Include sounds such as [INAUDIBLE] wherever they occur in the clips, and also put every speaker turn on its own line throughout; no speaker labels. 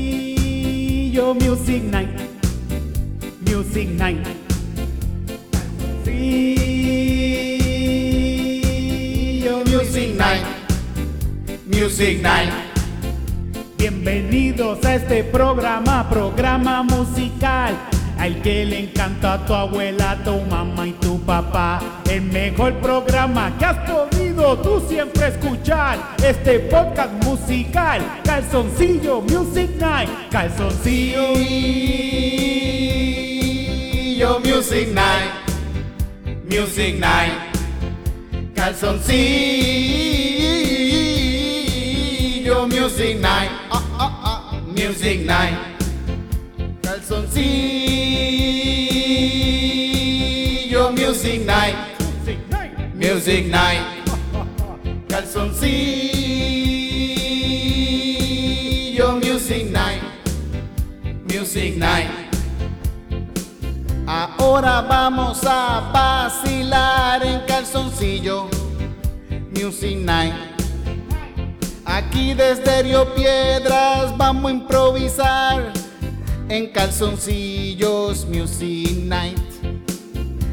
Calzoncillo Music Night. Music Night. Calzoncillo Music Night.
Music Night.
Bienvenidos a este programa, programa musical. Al que le encanta a tu abuela, tu mamá y tu papá. El mejor programa que has podido tú siempre escuchar. Este podcast musical, Calzoncillo Music Night. Calzoncillo
Calzoncillo Music Night. Music Night. Calzoncillo Music Night. Ah, ah, ah. Music Night. Calzoncillo Music Night.
Music Night.
Music Night. Calzoncillo Music Night. Music Night. Ahora vamos a vacilar en calzoncillo. Music Night. Aquí desde Río Piedras vamos a improvisar en calzoncillos Music Night.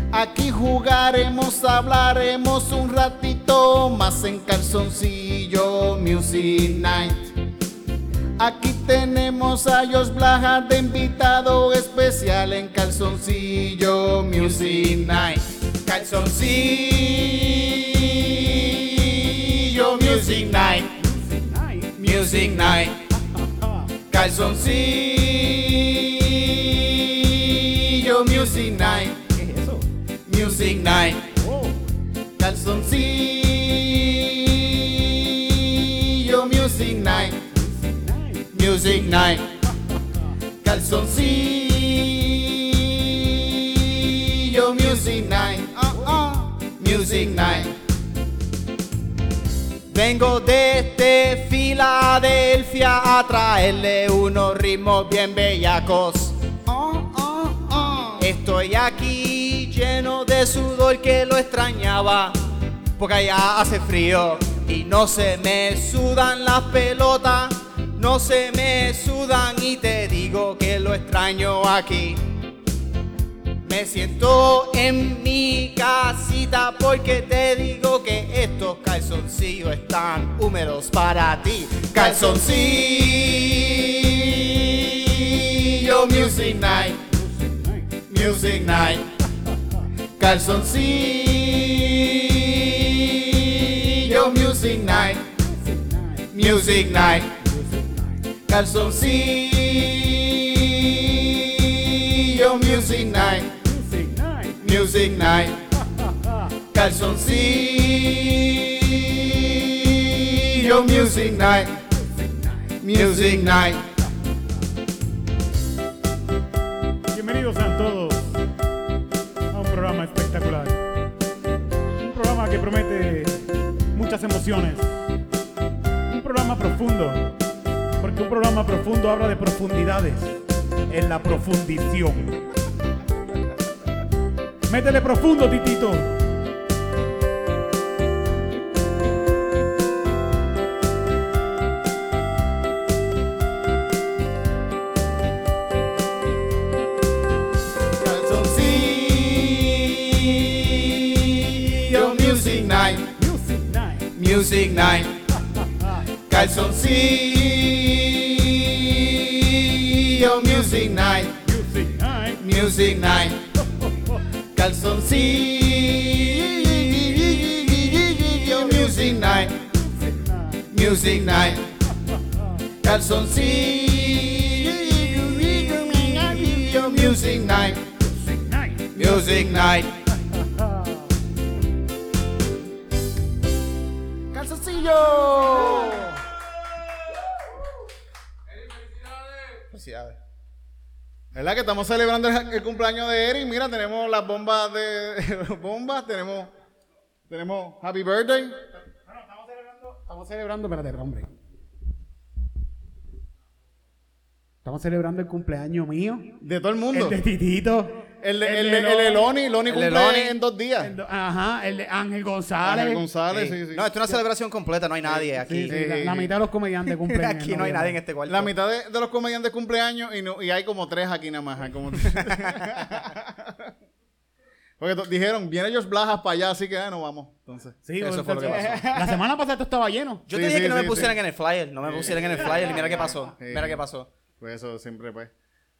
Aquí jugaremos, hablaremos un ratito más en calzoncillo Music Night. Aquí tenemos a Jos Blaja de invitado especial en Calzoncillo Music Night. Calzoncillo Music Night.
Music Night.
Music Night. Calzoncillo Music Night.
¿Qué es eso?
Music Night.
Oh,
Calzoncillo Music Night.
Music Night.
Music Night. Calzoncillo Music Night. Ah, ah, Music Night. Vengo desde Filadelfia a traerle unos ritmos bien bellacos. Estoy aquí lleno de sudor que lo extrañaba, porque allá hace frío y no se me sudan las pelotas, no se me sudan y te digo que lo extraño aquí. Me siento en mi casita porque te digo que estos calzoncillos están húmedos para ti. Calzoncillo Music Night.
Music Night.
Music Night. Calzoncillo Music Night.
Music Night.
Music Night.
Music Night.
Calzoncillo Music
Music
Night.
Night.
Music Night. Calzoncillo Music Night.
Music Night.
Music Night.
Bienvenidos a todos a un programa espectacular. Un programa que promete muchas emociones. Un programa profundo. Porque un programa profundo habla de profundidades. En la profundición. Métele profundo, Titito.
Calzoncillo Music Night.
Music Night.
Music Night. Calzoncillo Oh, Music Night.
Music Night.
Music Night. Calzoncillo Oh, Music Night. Music Night. Calzoncillo Oh, Music Night.
Music Night.
Music Night. Calzoncillo. Felicidades. ¿Verdad que estamos celebrando el, el cumpleaños de Eric? Mira, tenemos las bombas de [LAUGHS] bombas, tenemos tenemos Happy Birthday.
Estamos celebrando, espérate, hombre. Estamos celebrando el cumpleaños mío.
De todo el mundo.
El de Titito.
El, de-
El
el,
de
de- el de
Loni.
Loni, Loni
El de
cumple
Loni.
en dos días.
El do- Ajá, el de Ángel González.
Ángel González, sí, sí.
No, esto es una celebración completa, no hay nadie aquí.
Sí, sí, la,
Sí,
la
sí.
mitad de los comediantes cumplen. en
[LAUGHS] Aquí no hay
noviembre.
nadie en este cuarto.
La mitad de, de los comediantes cumpleaños y, no- y hay como tres aquí nada más. hay como tres. [LAUGHS] Porque to- dijeron, viene Josh Blajas para allá, así que ah, no vamos. Entonces.
Sí,
Eso
bueno,
fue lo que
entonces, [LAUGHS] La semana pasada esto estaba lleno.
Yo
Sí,
te dije
sí,
que no me
sí,
pusieran
sí.
en el flyer, no me pusieran en el flyer y mira qué pasó.
Sí.
Mira qué pasó.
Pues eso siempre, pues.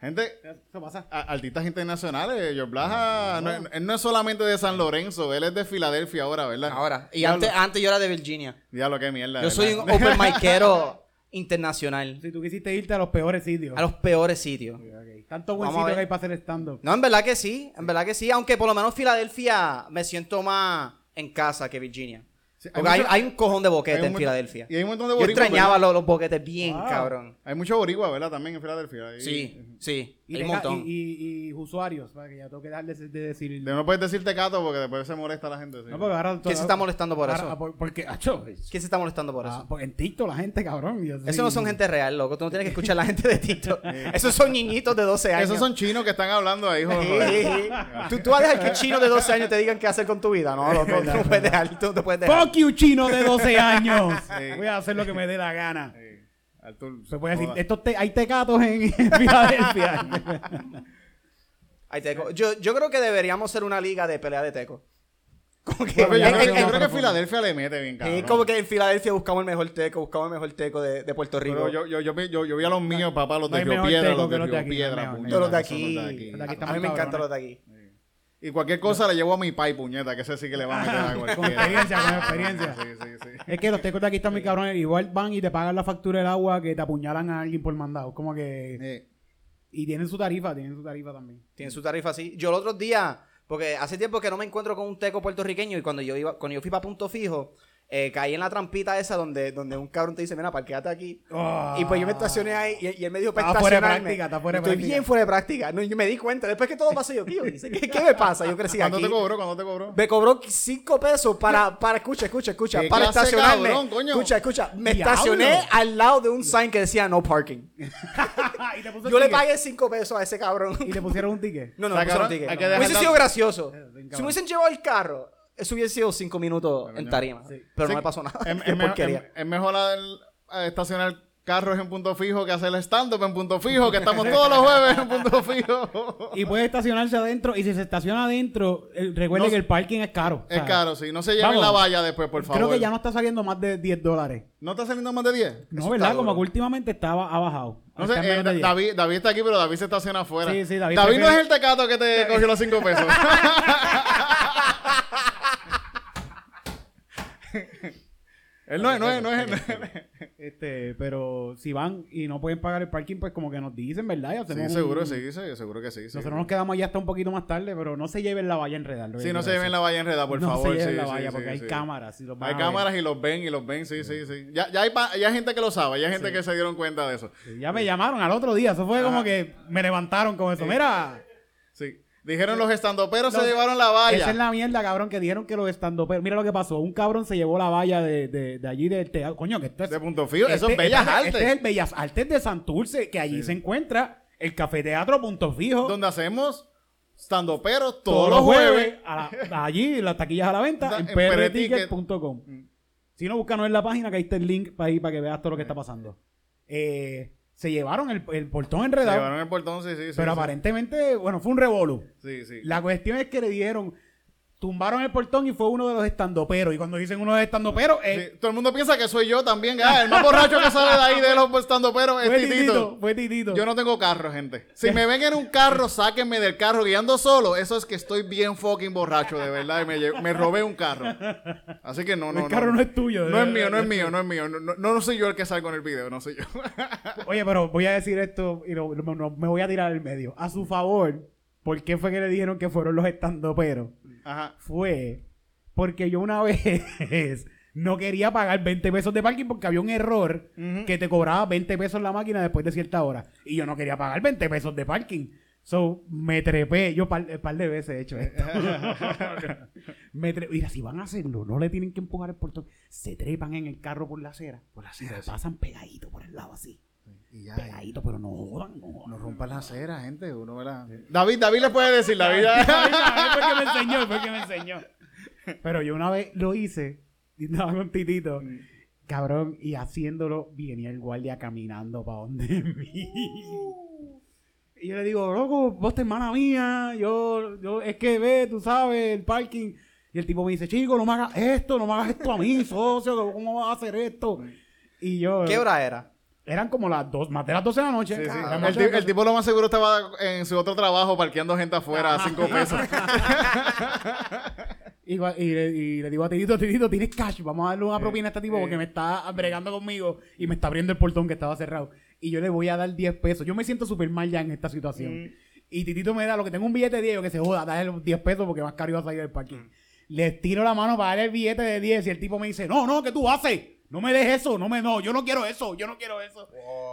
Gente,
Eso pasa.
a- artistas internacionales, Josh Blajas, no, él no es solamente de San Lorenzo, él es de Filadelfia ahora, ¿verdad?
Ahora, y
Diablo,
antes, antes yo era de Virginia.
Diablo, qué mierda.
Yo
¿verdad?
soy un open
[LAUGHS]
micero internacional,
Si tú quisiste irte a los peores sitios.
a los peores sitios.
Ok, Tanto buen
Vamos a
sitio
ver.
que hay para hacer stand-up.
No, en verdad que sí, en verdad que sí, aunque por lo menos Filadelfia me siento más en casa que Virginia.
Sí, hay
Porque hay,
mucho-
hay un cojón de
Hay un
boquetes en
montón-
Filadelfia.
Y hay un montón de
Yo
boricuas.
extrañaba
¿verdad?
los, los boquetes bien,
Wow.
cabrón.
Hay mucho boricua, ¿verdad? También en Filadelfia. ahí.
Sí, sí,
Y,
hay un
tenga-
montón.
y- y- y usuarios, para que ya tengo que dejar de, de decir.
De- No puedes decirte cato porque después se molesta la gente. sí.
No, porque ahora
¿Quién se está molestando por
ahora- ah,
eso?
por- porque, acho,
¿Quién se está molestando por
ah,
eso?
porque en TikTok la gente, cabrón. yo
Eso
soy-
no son gente real, loco. Tú no tienes que escuchar a la gente de TikTok. Esos son niñitos de 12 años.
Esos son chinos que están hablando ahí, joder.
Este Sí, sí. ¿Tú, tú vas a dejar que chinos de 12 años te digan qué hacer con tu vida, ¿no? Loco, tú no puedes dejar, tú no puedes dejar.
Fuck you, chino de
[LAUGHS]
12 años.
Sí.
Voy a hacer lo que me dé la gana.
Sí. Artur,
Se puede decir, este
joda.
estos te- hay tecatos en, [LAUGHS] en Filadelfia.
[LAUGHS] Ay, teco. Yo, yo creo que deberíamos ser una liga de pelea de teco. Como que,
Pero yo,
en-
creo,
en-
yo
en-
creo que Filadelfia le mete bien, cabrón.
Sí, como que en Filadelfia buscamos el mejor teco, buscamos el mejor teco de, de Puerto Rico.
Pero yo, yo, yo, vi- yo- yo vi a los míos, papá, los
No
de
hay
Río
mejor
Piedra,
teco
los de
que los de
Río
aquí, no hay
Piedra,
mejor.
puñeta,
Yo los de
esos son
aquí.
los de
aquí están
a- a mí me
cabrones.
encantan los de aquí.
Y cualquier cosa le llevo a mi pai, puñeta, que ese sí que le va a meter a [LAUGHS]
con
cualquiera.
experiencia, con experiencia.
Sí, sí, sí.
Es que los tecos de aquí están muy cabrones. Igual van y te pagan la factura del agua que te apuñalan a alguien por mandado. Como que.
Eh,
Y tienen su tarifa, tienen su tarifa también. [LAUGHS]
Tienen su tarifa así. Yo el otro día, porque hace tiempo que no me encuentro con un teco puertorriqueño y cuando yo iba, cuando yo fui para Punto Fijo, eh, caí en la trampita esa donde, donde un cabrón te dice, mira, parqueate aquí.
Ah.
Y pues yo me estacioné ahí y, y él me dijo para
Estaba fuera de
estacionarme.
práctica, estaba fuera de
Estoy
práctica.
bien fuera de práctica. No, yo me di cuenta. Después que todo pasó, yo, tío, dice, ¿qué, qué me pasa? Yo crecí
¿Cuándo
aquí.
te cobró? ¿Cuándo te cobró?
Me cobró 5 pesos para, para, escucha, escucha, escucha,
¿Qué
para
clase,
estacionarme.
cabrón, coño?
Escucha, escucha. Me
Diablo.
estacioné al lado de un sign que decía no parking.
y te puso
Yo le
ticket.
pagué 5 pesos a ese cabrón.
Y te pusieron un ticket.
No, no,
O sea,
me pusieron
cabrón,
ticket.
hay
No.
que dejar
Hubiese
la- Eh,
sido gracioso.
bien
Si
cabrón.
hubiesen llevado el carro, eso hubiese sido cinco minutos en tarima.
Sí.
Pero
Sí. Em,
no me pasó nada.
Es,
[LAUGHS] Qué
es mejor-
porquería.
es- es mejor al- a estacionar carros en punto fijo que hacer stand-up en punto fijo, que estamos todos los jueves en punto fijo.
Y puede estacionarse adentro. Y si se estaciona adentro, eh, recuerde
No,
que el parking es caro. o
Es
sea,
caro, sí. No se lleven
vamos.
la valla después, por favor.
Creo que ya no está saliendo más de 10 dólares.
¿No está saliendo más de 10?
No,
Eso
¿verdad?
está duro.
Como que últimamente estaba, ha bajado.
No sé,
Está en
eh,
menos de 10.
David, David está aquí, pero David se estaciona afuera.
Sí, sí, David
no
prefiere-
es el tecato que te cogió los 5
[LAUGHS]
pesos. Él no es, no es, no es. no es-
Este, pero si van y no pueden pagar el parking, pues como que nos dicen, ¿verdad? Y hacemos
Sí,
un-
seguro, sí, sí, seguro que sí. sí.
Nosotros nos quedamos allá hasta un poquito más tarde, pero no se lleven la valla enredada.
Sí, no se lleven la valla enredada, por
no se
favor.
lleven
sí,
la
sí,
valla
sí,
porque hay
sí.
cámaras. y los van
Hay
a ver.
cámaras y los ven y los ven, sí, sí, sí. Ya, ya, hay, pa- ya hay gente que lo sabe, ya hay gente que se dieron cuenta de eso.
Ya me llamaron al otro día. Eso fue como que me levantaron con eso. Mira,
Sí. Dijeron los estandoperos se
Los-
llevaron la valla.
esa es la mierda, cabrón, que dijeron que los estando. Pero mira lo que pasó. Un cabrón se llevó la valla de, de, de allí del teatro. Coño, que esto es
De punto fijo, eso
Este-
es Bellas
este-
Artes.
Este es el Bellas Artes de Santurce, que allí se encuentra el Café Teatro Punto Fijo.
donde hacemos estandoperos todos, los jueves.
a la- allí, las taquillas a la venta,
Da-
en
en
prticket.com. Mm. Si no, búscanos en la página, que ahí está el link para, ahí, para que veas todo lo que está pasando. Eh, se llevaron el, el portón
Se
enredado,
llevaron el portón, sí, sí. sí,
pero
sí.
aparentemente, bueno, fue un revolú.
Sí, sí.
La cuestión es que le dieron, tumbaron el portón y fue uno de los estandoperos. Y cuando dicen uno de los estandoperos, eh, es
Sí, Todo el mundo piensa que soy yo también. Ah, el más borracho que sale de ahí de los estandoperos es
fue Titito,
Titito.
fue Titito.
Yo no tengo carro,
[LAUGHS]
gente. Si me ven en un carro, sáquenme del carro guiando solo. Eso es que estoy bien fucking borracho, de verdad. Y me, lle- me robé un carro. Así que no, no.
el carro no, es tuyo. de
No es
verdad.
mío, no es mío, no es mío. No, no, no soy yo el que salgo en el video, no soy yo.
Oye, pero voy a decir esto y lo- lo- no- me voy a tirar al medio. A su favor, ¿por qué fue que le dijeron que fueron los estandoperos?
Ajá.
Fue porque yo una [LAUGHS] vez no quería pagar 20 pesos de parking porque había un error que te cobraba 20 pesos la máquina después de cierta hora. Y yo no quería pagar 20 pesos de parking. So, me trepé. Yo par, eh, par de veces he hecho esto. me tre- Mira, si van a hacerlo, no le tienen que empujar el portón. Se trepan en el carro por la acera. Por la acera. Pasan pegadito por el lado así.
Y ya, y
Pegadito, pero no jodan, no jodan.
no rompan las aceras, gente. Uno, ¿verdad? David, David le puede decir,
[LAUGHS]
David. ya-
porque me enseñó, fue que me enseñó.
Pero yo una vez lo hice, y estaba con Titito,
Mm.
cabrón, y haciéndolo, venía el guardia caminando para donde [LAUGHS] mí. Y yo le digo, loco, vos te hermana mía, yo, yo, es que ve, tú sabes, el parking. Y el tipo me dice, chico, no me hagas esto, no me hagas esto a
[LAUGHS]
mí, socio, ¿cómo vas a hacer esto?
Mm.
Y
em,
yo,
¿Qué hora era?
eran como las dos, más de las 12 de la noche.
Sí, sí.
cabrón,
El,
más de
ti-
las
el tipo lo más seguro estaba en su otro trabajo parqueando gente afuera a cinco pesos.
[LAUGHS] Y, gua- y le, y le digo a Titito, Titito, tienes cash, vamos a darle una propina a este tipo porque me está bregando conmigo y me está abriendo el portón que estaba cerrado. Y yo le voy a dar 10 pesos. Yo me siento súper mal ya en esta situación. Y Titito me da lo que tengo un billete de 10, yo que se joda, dale los 10 pesos porque más caro iba a salir del parking. Le tiro la mano para darle el billete de 10 y el tipo me dice, no, no, ¿qué tú haces? No me des eso, no me, no, yo no quiero eso, yo no quiero eso.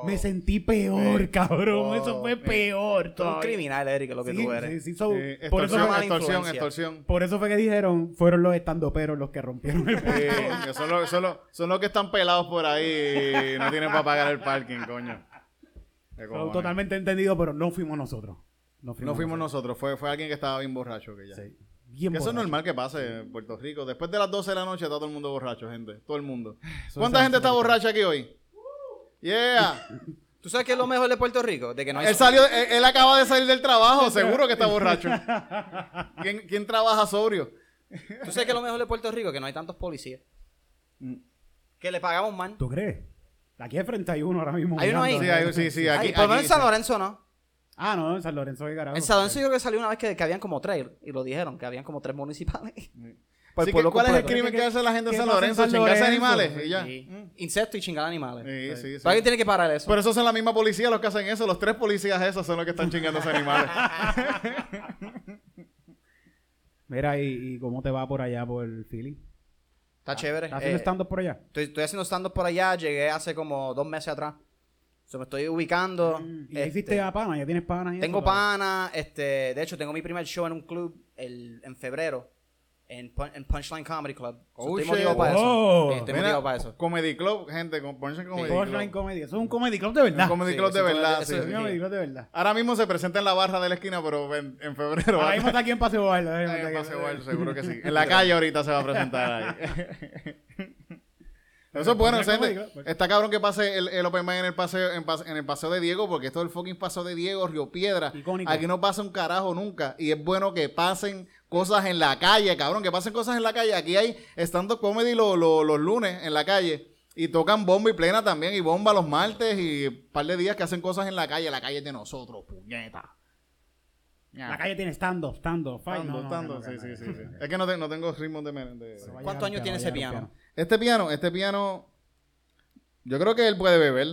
Me sentí peor, cabrón, eso fue peor.
Tú eres un
todavía.
criminal, Eric, lo que
Sí,
tú eres.
sí, sí, so,
Eh,
por eso
extorsión,
mala
extorsión,
[LAUGHS]
influencia.
extorsión.
por eso fue que dijeron, fueron los estandoperos los que rompieron
[LAUGHS]
el
Sí, que Eh, son, los, son los- son los que están pelados por ahí y no tienen para pagar el parking, coño. Qué
Fue
cojones.
Totalmente entendido, pero no fuimos nosotros. No fuimos,
No fuimos nosotros, fue, fue alguien que estaba bien borracho. Que ya.
Sí. Bien
Que eso es
borracho.
normal que pase en Puerto Rico. Después de las 12 de la noche está todo el mundo borracho, gente. Todo el mundo.
Eso
¿Cuánta
es
gente está
así.
borracha aquí hoy? Yeah.
¿Tú sabes qué es lo mejor de Puerto Rico? De que no hay
Él
sol.
salió, él, él acaba de salir del trabajo, seguro que está borracho. ¿Quién, quién trabaja sobrio?
¿Tú sabes qué es lo mejor de Puerto Rico? Que no hay tantos policías.
Mm.
Que le pagamos mal.
¿Tú crees? Aquí de frente hay uno ahora mismo.
Hay uno ahí.
mirando.
Sí, hay- sí, sí, aquí.
Ay, por lo menos
aquí,
en San Lorenzo no.
Ah, no, en San Lorenzo de Carajo.
En San Lorenzo yo creo que salió una vez que, que habían como tres, y lo dijeron, que habían como tres municipales. [LAUGHS]
Así que,
pueblo
¿Cuál es el
completo.
crimen que hace la gente en
¿Qué
San
pasa en
Lorenzo?
San
Chingarse
Lorenzo?
animales y ya.
Sí. Insectos y chingar animales.
Sí, sí, sí.
Pero alguien tiene que parar eso.
Pero esos son la misma policía los que hacen eso. Los tres policías esos son los que están chingando esos
[LAUGHS]
animales.
Mira, ¿y, y cómo te va por allá por el feeling?
Está chévere.
¿Estás haciendo
Eh,
stand-up por allá?
Estoy, estoy haciendo stand-up por allá, llegué hace como dos meses atrás. O sea, me estoy ubicando.
Mm, ¿Y ya
este,
hiciste a pana? ¿Ya tienes pana?
Tengo pana, este, de hecho tengo mi primer show en un club el, en febrero, en, Pun- en Punchline Comedy Club. So,
Oh,
estoy
shit.
motivado para eso.
Oh.
Sí, estoy
Mira,
motivado para eso.
Comedy Club, gente, con- ponse en Comedy
Online
Club.
Comedy. Eso es un comedy club de verdad.
Comedy
Sí,
Club de
eso es-
verdad,
eso
sí,
es-
Es un
sí.
comedy club de verdad.
Ahora mismo se presenta en la barra de la esquina, pero en, en febrero.
Ahora
¿verdad?
mismo está aquí en Paseo Bailo. ahora mismo
Ahí
está
en
aquí en
Paseo Bailo, seguro que sí. En la calle ahorita se va a presentar ahí. Eso es bueno,
Pero,
gente.
¿cómo digo?
Está cabrón que pase el, el Open Mic en el paseo, en, pas- en el paseo de Diego, porque esto es el fucking paseo de Diego, Río Piedra.
Icónico.
Aquí no pasa un carajo nunca. Y es bueno que pasen cosas en la calle, cabrón, que pasen cosas en la calle. Aquí hay stand-up comedy lo- lo- los lunes en la calle. Y tocan bomba y plena también, y bomba los martes, y un par de días que hacen cosas en la calle. La calle es de nosotros, puñeta.
La calle tiene stand-up, stand-up. fight.
Tando,
No, no,
tando,
no, no,
sí,
no,
sí,
no.
sí, sí. Es que no, te- no tengo ritmos de... me- de-
Se va a
¿Cuántos
llegar
años tiene
se va a
ese
llegar
piano?
Este piano, este piano... Yo creo que él puede beber.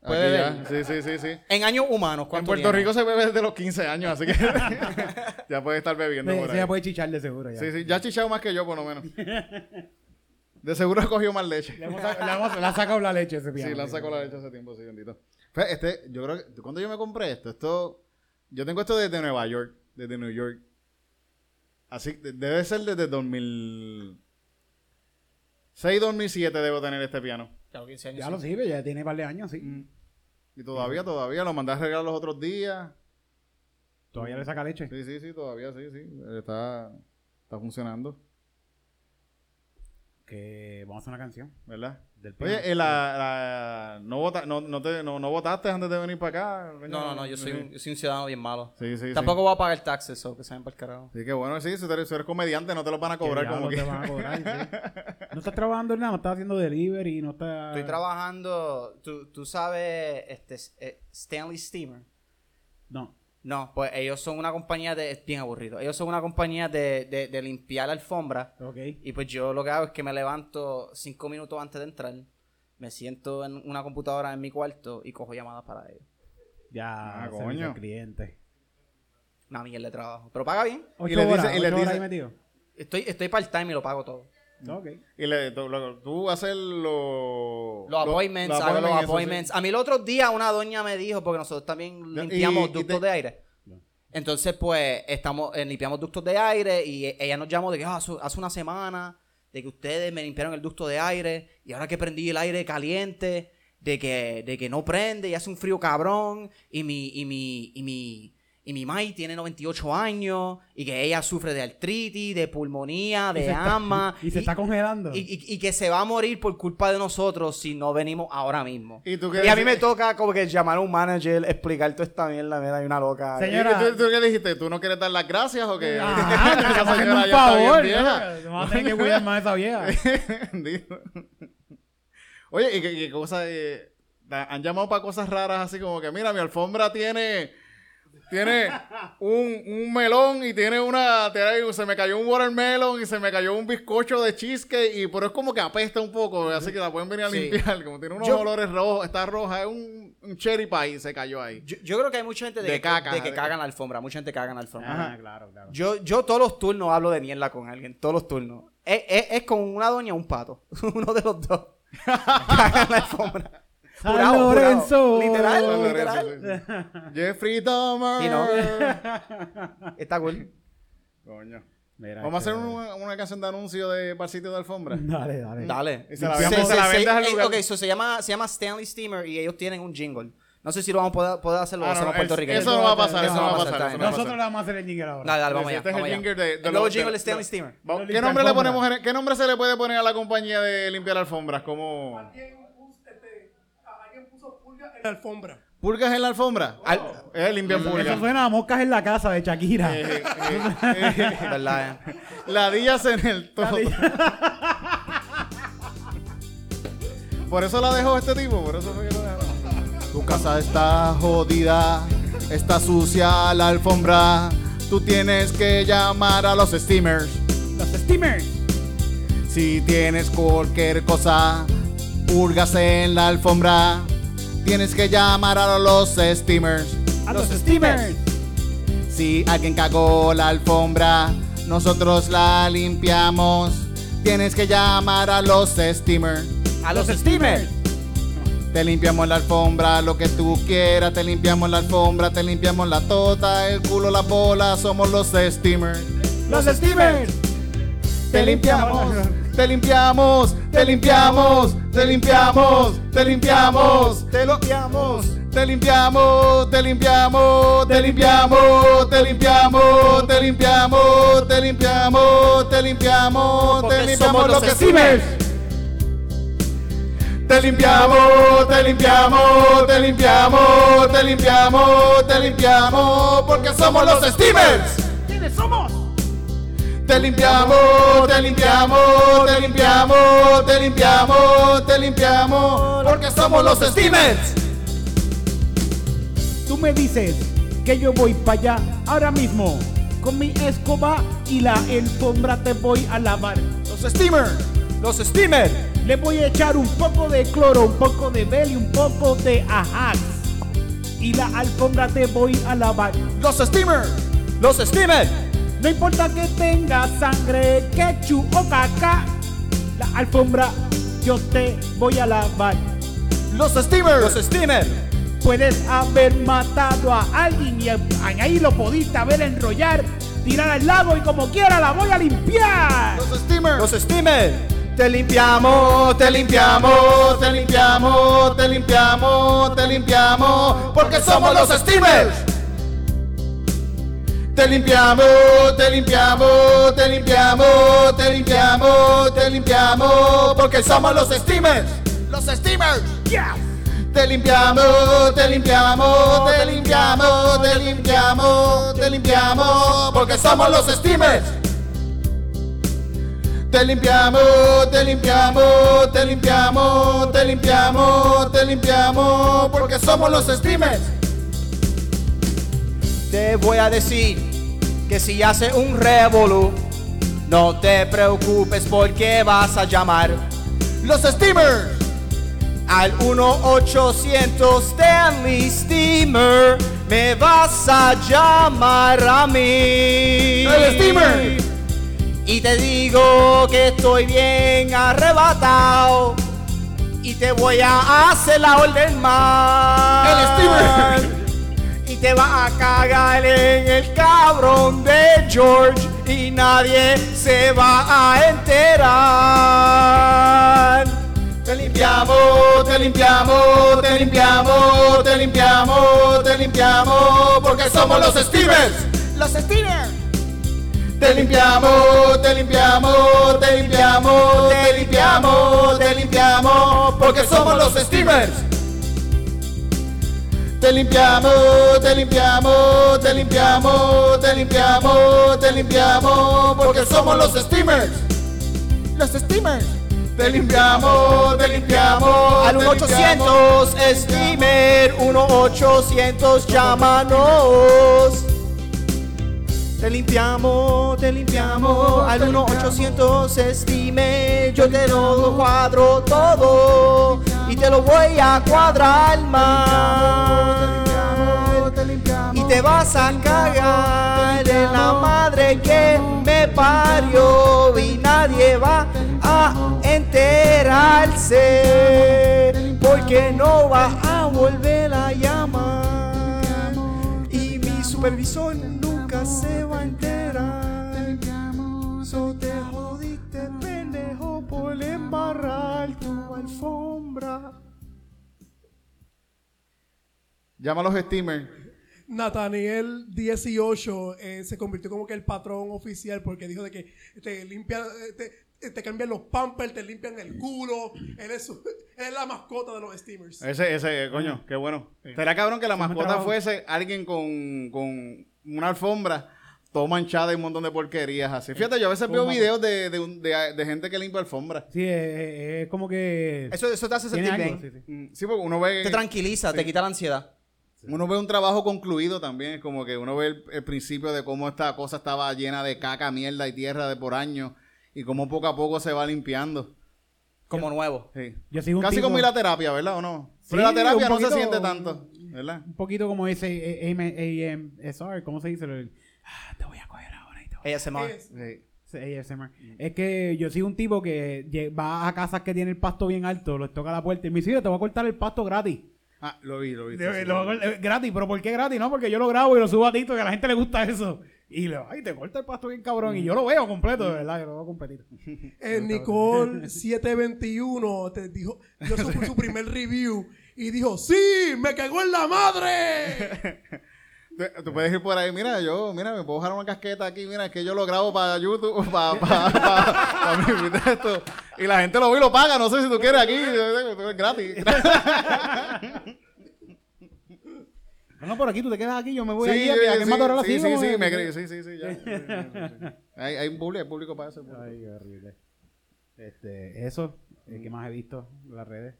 Puede
Aquí ya. Sí, sí, sí, sí.
En años humanos,
En
¿cuánto
Puerto
tiene?
Rico se bebe desde los 15 años,
[LAUGHS]
así que ya puede estar bebiendo
Sí,
por
sí, ya
ahí.
puede chichar de seguro ya.
Sí, sí, ya ha chichado más que yo, por lo
[LAUGHS]
menos. De seguro cogió más leche.
Le hemos sac- le hemos- le ha sacado la leche ese piano.
Sí, la sacó la leche hace tiempo, sí, bendito. Fue, Este, yo creo que... ¿Cuándo yo me compré esto? Esto... Yo tengo esto desde Nueva York. Desde New York. Así, de- debe ser desde 2006, 2007 debo tener este piano.
Claro, 15 años,
Ya
sí.
lo sirve, ya tiene par de años, sí.
Y todavía, todavía, lo mandé a arreglar los otros días.
Todavía le saca leche.
Sí, sí, sí, todavía, sí, sí. Está, está funcionando,
Que vamos a hacer una canción.
¿verdad?
Del piano.
Oye, eh, la, la- no, vota, no, no, te, no, no votaste antes de venir para acá.
No, no, no, yo soy, un, yo soy un ciudadano bien malo.
Sí, sí, sí.
Tampoco voy a pagar taxes, o que se ven para el carajo.
Sí, que bueno, sí, si tú eres, si eres comediante no te lo van a cobrar
Que
como
diablos
que...
te van a cobrar, sí. No estás trabajando en nada, no estás haciendo delivery, no estás...
Estoy trabajando, tú, tú sabes, este, eh, Stanley Steamer.
No.
No, pues ellos son una compañía de, es bien aburrido, ellos son una compañía de, de, de limpiar la alfombra.
Ok.
Y pues yo lo que hago es que me levanto cinco minutos antes de entrar, me siento en una computadora en mi cuarto y cojo llamadas para ellos.
Ya,
Ah,
servicio
coño.
al cliente.
Una mierda de trabajo. Pero paga bien.
Ocho
le
horas,
dice- y le
ocho horas ahí
dice-
metido.
Estoy, estoy part-time y lo pago todo.
Ok.
[LAUGHS] Y le, tú, lo- tú haces los...
Los appointments, hago los
eso sí.
appointments. A mí el otro día una doña me dijo, porque nosotros también
Ya,
limpiamos
y- y
ductos
te-
de aire. Entonces, pues, estamos, eh, limpiamos ductos de aire y e- ella nos llamó de que "Ah, hace, hace una semana de que ustedes me limpiaron el ducto de aire y ahora que prendí el aire caliente, de que, de que no prende y hace un frío cabrón y mi, y mi, y mi, y mi mai tiene 98 años y que ella sufre de artritis, de pulmonía,
Y
de
se está-
asma.
[LAUGHS] y se está congelando.
Y, y- y que se va a morir por culpa de nosotros si no venimos ahora mismo.
¿Y tú qué
a mí
decías?
me toca como que llamar a un manager, explicar toda esta mierda, mira, hay una loca.
Señor,
Señora.
Señora.
¿Tú, tú qué le dijiste? ¿Tú no quieres dar las gracias o qué? [LAUGHS]
Ah, te [LAUGHS] estás haciendo un
ya está bien
favor.
vieja.
¿no? Vamos a tener que cuidar más a esa vieja.
[LAUGHS] Bendito. Oye, ¿y qué, qué cosa? eh, la- han llamado para cosas raras así como que, mira, mi alfombra tiene... Tiene un, un melón y tiene una... tiene- se me cayó un watermelon y se me cayó un bizcocho de cheesecake. Y, pero es como que apesta un poco, así que la pueden venir a
Sí.
limpiar. Como tiene unos
Yo-
olores rojos, está roja, es un, un cherry pie y se cayó ahí.
Yo, yo creo que hay mucha gente de,
De
que,
caca,
de que
de
caga
caca.
en la alfombra. Mucha gente caga en la alfombra.
Ah, claro, claro.
Yo, yo todos los turnos hablo de mierda con alguien, todos los turnos. Es, es- es con una doña o un pato, [LAUGHS] uno de los
[LAUGHS]
dos. Caga en la alfombra.
San
Jurado, jurado.
Lorenzo.
Literal,
San Lorenzo,
literal.
sí, sí. Jeffrey Dahmer.
Sí, ¿no? Está cool.
Coño.
Mira,
Vamos a hacer
este-
una, una canción de anuncio de Barcito de Alfombra.
Dale, dale.
Dale.
Y se la vendes- se la vendes al
eh,
lugar.
ok, so se, llama, se llama Stanley Steamer y ellos tienen un jingle. No sé si lo vamos a poder, poder hacerlo,
Ah,
lo
no,
hacemos
no,
puertorriqueños.
eso no va a pasar,
eso no va a
está
pasar,
bien.
eso no va a
Nosotros le vamos a hacer el jingle ahora.
Dale, dale, vamos allá.
Este es el
vamos allá.
jingle de- de
El nuevo
los- de-
jingle de Stanley
de-
Steamer.
Va- ¿Qué
Limpia
nombre, le
alfombra.
ponemos, en- ¿Qué nombre se le puede poner a la compañía de limpiar alfombras? Como
Alguien puso pulga en la alfombra. Oh.
pulgas en la alfombra.
Al-
Eh, limpian
Eso
pulgas.
suena a moscas en la casa de Shakira.
Eh, eh,
[LAUGHS]
eh,
¿Verdad? eh?
Ladillas en el todo. Por eso la dejó este tipo, por eso fue que la dejó. Tu casa está jodida, está sucia la alfombra. Tú tienes que llamar a los steamers.
Los steamers.
Si tienes cualquier cosa, purgas en la alfombra. Tienes que llamar a los steamers.
A los steamers.
Si alguien cagó la alfombra, nosotros la limpiamos. Tienes que llamar a los steamers.
A los Steamer.
Te limpiamos la alfombra, lo que tú quieras. Te limpiamos la alfombra, te limpiamos la tota, el culo, la bola. Somos los steamers.
Los steamers.
Te limpiamos,
[LAUGHS]
te limpiamos, te limpiamos, te limpiamos, te limpiamos, te limpiamos, te limpiamos, te limpiamos, te limpiamos, te limpiamos, te limpiamos, te limpiamos, te limpiamos, te
Porque
limpiamos
somos
lo
los
que
steamers.
Te limpiamos, te limpiamos, te limpiamos, te limpiamos, te limpiamos, porque somos los steamers.
¿Quiénes somos?
Te limpiamos, te limpiamos, te limpiamos, te limpiamos, te limpiamos, porque somos los Stevens.
Tú me dices que yo voy para allá ahora mismo. Con mi escoba y la alfombra te voy a lavar.
Los Steamers,
Los Steamer.
Le voy a echar un poco de cloro, un poco de bel y un poco de ajax. Y la alfombra te voy a lavar.
los Steamers,
Los Steamer.
No importa que tenga sangre, ketchup o caca, la alfombra yo te voy a lavar.
los Steamers,
Los Steamer.
Puedes haber matado a alguien y ahí lo pudiste haber enrollar, tirar al lado y como quiera la voy a limpiar.
los Steamers,
Los Steamer.
Te limpiamos, te limpiamos, te limpiamos, te limpiamos, te limpiamos, porque somos los Steamers. Te limpiamos, te limpiamos, te limpiamos, te limpiamos, te limpiamos, porque somos los Steamers. Los Steamers. Te limpiamos, te limpiamos, te limpiamos, te limpiamos, te limpiamos, porque somos los Steamers. Te limpiamos, te limpiamos, te limpiamos, te limpiamos, te limpiamos, porque somos los steamers.
Te voy a decir que si hace un revolú, no te preocupes porque vas a llamar
Los steamers,
al 1-800 Stanley Steamer. Me vas a llamar a mí.
el steamer,
Y te digo que estoy bien arrebatado. Y te voy a hacer la orden más.
El steamer.
Y te va a cagar en el cabrón de George. Y nadie se va a enterar. Te limpiamos,
limpiamos, te limpiamos, te limpiamos, te limpiamos, te limpiamos, porque somos los Stevens.
Los Steelers.
Te limpiamos, te limpiamos, te limpiamos, te limpiamos, te limpiamos, porque somos los Steamers. Te limpiamos, te limpiamos, te limpiamos, te limpiamos, te limpiamos, porque somos los Steamers.
Los Steamers.
Te limpiamos, te limpiamos.
Al
te
1800 Steamer, 1800 llámanos. Te limpiamos, te limpiamos. Al 1800 Steamer, yo te lo cuadro todo y te lo voy a cuadrar más. Y te vas a cagar en la madre que me parió y nadie va a enterarse porque no va a volver a llamar y mi supervisor nunca se va a enterar. So te jodiste pendejo por embarrar tu alfombra.
Llama a los Steamers.
Nathaniel 18 eh, se convirtió como que el patrón oficial porque dijo de que te limpia, eh, te, te cambian los pampers, te limpian el culo. Él es, su- [LAUGHS] él es la mascota de los steamers.
Eh,
Ese, ese, coño, qué bueno. Será cabrón que la
Ah,
mascota fuese alguien con, con una alfombra todo manchada y un montón de porquerías así. Fíjate, yo a veces veo videos de, de, un- de- de gente que limpia alfombra.
Sí, es, es- es como que.
Eso, eso te hace
tiene
sentir
algo,
bien.
sí, sí.
Mm, Sí, porque uno ve,
Te tranquiliza, te quita la ansiedad.
uno ve un trabajo concluido también. Es como que uno ve el, el principio de cómo esta cosa estaba llena de caca, mierda y tierra de por años y cómo poco a poco se va limpiando.
Como nuevo.
Sí.
Yo sigo un
Casi
tipo-
como ir a terapia, ¿verdad? ¿O no? Pero
Sí,
la terapia
un
no se
poquito-
siente tanto, ¿verdad?
Un poquito como ese eh, AM, AMSR, ¿cómo se dice? El- ah, te voy a coger ahora y te voy a-
ASMR.
Es-
Sí.
Sí, ASMR. Es que yo soy un tipo que lle- va a casas que tiene el pasto bien alto, les toca la puerta y me dice, "Mira, te voy a cortar el pasto gratis.
Ah, lo vi, lo vi.
De-
sí, sí,
lo-
lo vi.
eh, gratis, pero ¿por qué gratis? No, porque yo lo grabo y lo subo a TikTok, que a la gente le gusta eso. Y le ay, te corta el pasto bien cabrón. Y yo lo veo completo, de verdad, yo lo veo completito.
Eh, Nicole 721 te dijo, yo su, su primer review y dijo, ¡Sí! ¡Me cagó en la madre!
Tú- Tú puedes ir por ahí, mira, yo, mira, me puedo dejar una casqueta aquí, mira, es que yo lo grabo para YouTube, [LAUGHS] para, para, para, mi [LAUGHS] texto. Y la gente lo ve y lo paga, no sé si tú quieres aquí, es gratis.
No, no, por aquí tú te quedas aquí, yo me voy
Sí,
allí, a que- a que
sí,
mato ahora
sí,
sí,
sí,
vamos
sí,
a-
me creo, sí,
[LAUGHS]
sí, sí, ya. Sí, sí, sí. Hay, hay un público, hay público para eso. hay público.
Ay, qué horrible. Este, eso, el que más he visto en las redes.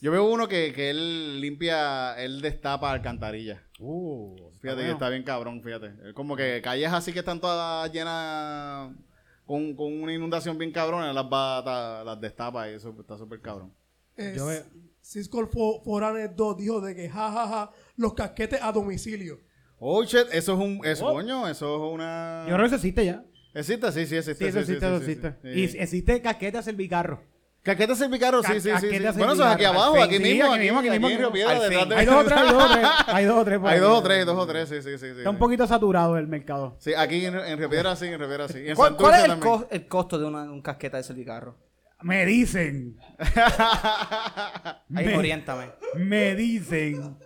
Yo veo uno que, que él limpia, él destapa alcantarillas.
Uh,
Fíjate, y está bien cabrón, fíjate. Es Como que calles así que están todas llenas con, con una inundación bien cabrona, él las va, ta- las destapa y eso está súper cabrón.
Eh,
Yo veo-
Cisco For- Foranes 2 dijo de que, jajaja, los casquetes a domicilio.
Oh, shit, eso es un, eso, coño, eso es una...
Yo creo que eso existe ya.
¿Existe? Sí, sí, existe.
Sí, eso existe, eso
sí,
existe.
sí.
Y existe casqueta servicarro.
Caquetas Servicaro, sí,
Ca-
sí, sí, sí.
casquetas
Bueno, eso es aquí
Servicarro,
abajo,
al
aquí
fin. Sí,
mismo,
aquí mismo, aquí mismo,
en Río
aquí
Piedra,
mismo.
detrás de-
Hay dos o tres, hay dos o tres. Hay dos o tres. por
[LAUGHS] Hay
ahí.
dos o tres, dos o tres, sí, sí, sí. sí,
Está un
sí.
poquito saturado el mercado.
Sí, aquí en, en Río Piedra sí, en Río Piedra sí. Y en
¿Cuál, cuál
Santurce
es el, cos-
también.
el costo de una, un casqueta de servicarro?
Me dicen,
Ahí
Me-
oriéntame.
me dicen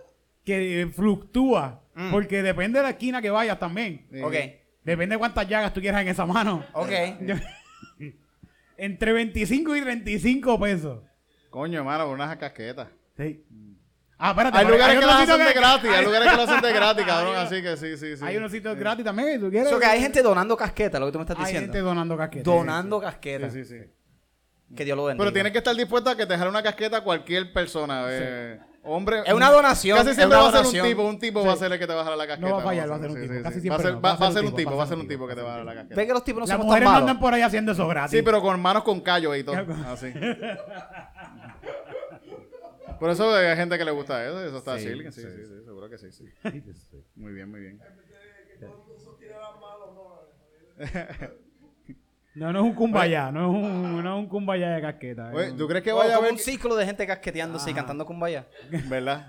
que eh, fluctúa.
Mm.
Porque depende de la esquina que vayas también.
Sí.
Ok,
Depende de cuántas llagas tú quieras en esa mano.
ok.
[LAUGHS] Entre 25 y 35 pesos.
Coño, hermano, por unas casquetas.
Sí. Ah, espérate.
Hay
pero
lugares que
otro
las
sitio
hacen de
que-
gratis, hay
hay-
lugares que las hacen de gratis, cabrón,
Hay uno-
así que sí, sí, sí.
Hay unos sitios gratis también, si tú quieres.
So que hay gente donando casqueta, lo que tú me estás
Hay
diciendo.
gente donando casquetas.
donando
Sí,
casquetas.
sí, sí.
Que Dios lo bendiga.
Pero tienes que estar dispuesto a que te jale una casqueta a cualquier persona. eh. Hombre,
Es una donación,
Casi
es
siempre
una
va a ser
donación.
un tipo. Un tipo va a ser el que te va a jalar la casqueta.
No va a fallar, va a ser
sí,
un
sí,
tipo,
sí,
casi
sí.
siempre
Va a
no,
ser- va- va a ser un tipo, va a ser un tipo que te va a jalar la
Ve
casqueta.
que los tipos no
Las
somos
mujeres
tan
no
malos.
andan por ahí haciendo eso gratis.
Sí, pero con manos con callo y todo. Así. Por eso hay gente que le gusta eso. Eso está chill. Sí, sí, sí, seguro que sí, sí. Muy bien, muy bien.
No, no es un cumbaya, no es un, no es un cumbaya de casqueta.
Oye,
eh.
¿tú crees que
Wow,
vaya a
como
haber...
un ciclo de gente casqueteándose y cantando cumbaya.
¿Verdad?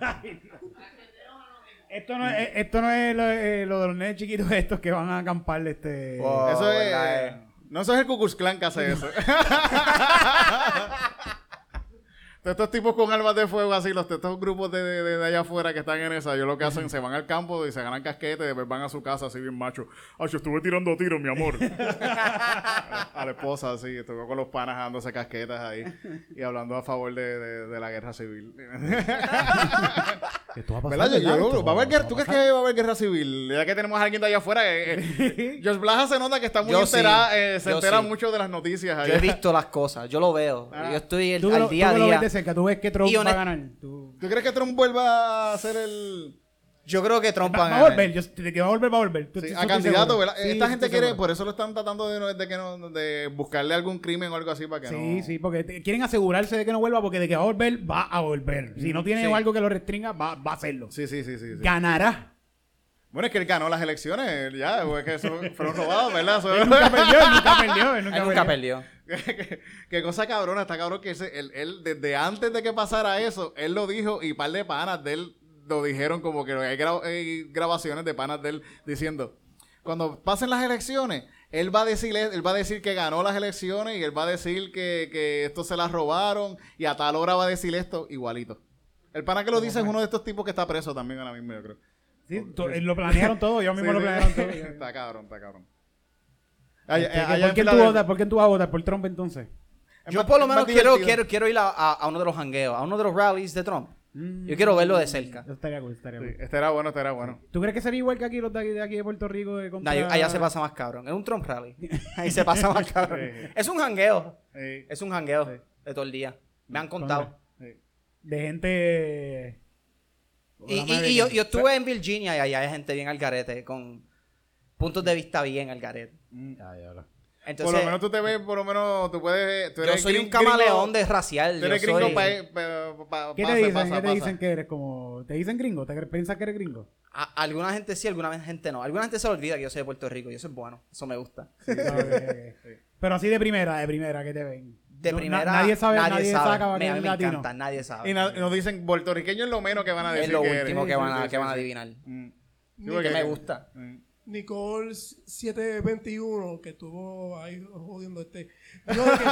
Esto no es, esto no es lo, eh, lo de los nenes chiquitos [LAUGHS] estos que van a acampar este...
Wow. Oh,
eso es...
¿verdad, eh?
No, eso es el Ku Klux Klan que hace eso. Todos estos tipos con armas de fuego, así, los estos grupos de, de- de allá afuera que están en esa, ellos lo que hacen, se van al campo y se ganan casquetes, después van a su casa así bien macho. Ay, yo estuve tirando tiros, mi amor. a la esposa, así, estuve con los panas dándose casquetas ahí y hablando a favor de, de- de la guerra civil.
Esto va a pasar.
¿Verdad? Yo, yo-
¿verdad?
yo-
Esto
¿va a haber
esto
guerra- ¿Tú crees que va a haber guerra civil? Ya que tenemos a alguien de allá afuera, eh,
[LAUGHS]
eh, George Blaha se nota que está muy
Yo
enterada,
sí,
eh, se
yo
entera
sí.
mucho de las noticias.
Yo he
allá.
visto las cosas, yo lo veo. Yo estoy el-
Tú,
al
lo-
día
tú lo
a
ves
día.
de cerca, tú ves que Trump
Y
va a
honest-
ganar. Tú-
[LAUGHS] ¿Tú crees que Trump vuelva a ser el...
Yo creo que Trump
Va,
a
va a
ganar.
volver, yo, de que va a volver, va a volver. Tú-
Sí,
tú-
a
estoy
candidato,
seguro.
¿verdad?
Sí,
Esta
sí,
gente
estoy
quiere, pues,
seguro.
por eso lo están tratando de, no- de que no- de buscarle algún crimen o algo así para que
Sí,
no.
sí, porque te- quieren asegurarse de que no vuelva, porque de que va a volver, va a volver. Si no tiene
sí.
algo que lo restringa, va, va a hacerlo.
Mm, Sí, sí, sí, sí, sí. [LAUGHS]
Ganará.
Bueno, es que él ganó las elecciones, él ya,
[LAUGHS]
pues, que eso fueron robados, ¿verdad? Eso-
Nunca
[LAUGHS]
perdió, él nunca perdió, él
Él
nunca,
nunca perdió.
qué, [LAUGHS] qué cosa cabrona, está cabrón que ese- él, él, desde antes de que pasara eso, él lo dijo y par de panas de él lo dijeron como que hay, gra- hay grabaciones de panas de él diciendo, cuando pasen las elecciones, él va a decir, él va a decir que ganó las elecciones y él va a decir que, que esto se las robaron y a tal hora va a decir esto igualito. El pana que lo dice es uno de estos tipos que está preso también ahora mismo, yo creo.
Sí, to- eh, lo planearon todo, yo mismo
Sí,
lo
sí.
planearon
[LAUGHS]
todo. Este,
está cabrón, está cabrón.
que- ¿Por quién tú votas? ¿Por quién tú vas a votar? ¿Por Trump entonces?
Yo por lo menos quiero, quiero, quiero ir a, a- a uno de los hangueos, a uno de los rallies de Trump. Yo quiero verlo de cerca.
Eso estaría cool, estaría cool.
Este era bueno, este era bueno.
¿Tú crees que sería igual que aquí los de aquí de, aquí de Puerto Rico? De
Nah,
contra...
yo- allá se pasa más cabrón. Es un Trump
[LAUGHS]
rally. Ahí se pasa más cabrón.
Sí, sí.
Es un hangueo.
Sí.
Es un hangueo de todo el día. Me han contado.
De gente...
Y, y- y yo, yo estuve en Virginia y allá hay gente bien al garete, con puntos de vista bien al garete.
Mm. por lo
Entonces,
menos tú te ves, por lo menos tú puedes. Tú
yo
eres
soy un
gring-
camaleón
gringo-
de racial.
Tú
Yo
eres gringo pues.
soy-
pa- pa- pa-
¿Qué
pasa,
te dicen?
pasa,
¿Qué te
pasa.
dicen que eres como... ¿Te dicen gringo? ¿Te cre- piensas que eres gringo?
a- alguna gente sí, alguna gente no. Alguna gente se le olvida que yo soy de Puerto Rico y eso es bueno. Eso me gusta.
Ah, ok, ok. Pero así de primera, de primera, que te ven.
De
No, na-
primera,
nadie sabe, nadie,
sabe.
saca para
Me-
que
a mí
es
me
latino.
encanta, nadie sabe.
Y na- nos dicen puertorriqueño es lo menos que van a decir.
Ah, es lo
que
último
eres.
que van a,
Sí,
que
sí,
van a
sí.
adivinar.
Mm. Sí,
Ni-
porque-
Que me gusta.
Mm.
Nicole 721, que estuvo ahí jodiendo este. [LAUGHS] dijo de que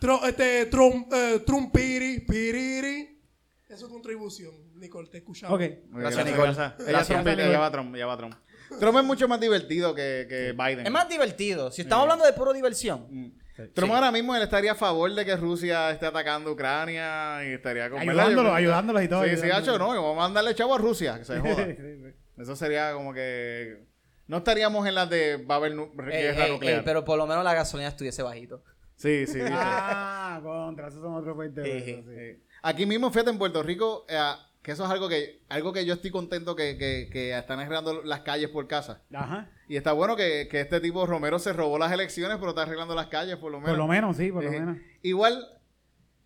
Tro- este Trump, eh, Trumpiri, Piriri. Es su contribución, Nicole, te escuchaba.
Ok.
Muy
Gracias,
bien,
Nicole.
gracias. Ella
Gracias.
Trump, ella va a Trump, ella va a Trump. Trump es mucho más divertido que, que Biden.
Es más divertido. Si estamos hablando de puro diversión,
Mm. Trump ahora mismo él estaría a favor de que Rusia esté atacando a Ucrania y estaría con-
Ayudándolos,
¿verdad?
ayudándolos y todo.
Sí, sí,
ayudándolos.
hacho, no, y vamos a mandarle chavo a Rusia, que se joda.
[LAUGHS] Sí, sí.
Eso sería como que no estaríamos en las de va a haber
Eh,
nu-
ey,
guerra
ey,
nuclear.
ey, eh, pero por lo menos la gasolina estuviese bajito.
Sí, sí, sí.
Ah, contra, esos son otros fuentes. de
Eje.
eso, sí.
Eh, Aquí mismo, fíjate, en Puerto Rico, eh, que eso es algo que algo que yo estoy contento que, que, que están arreglando las calles por casa.
Ajá.
Y está bueno que, que este tipo Romero se robó las elecciones, pero está arreglando las calles, por lo menos.
Por lo menos, sí, por lo
Eh,
menos.
Igual,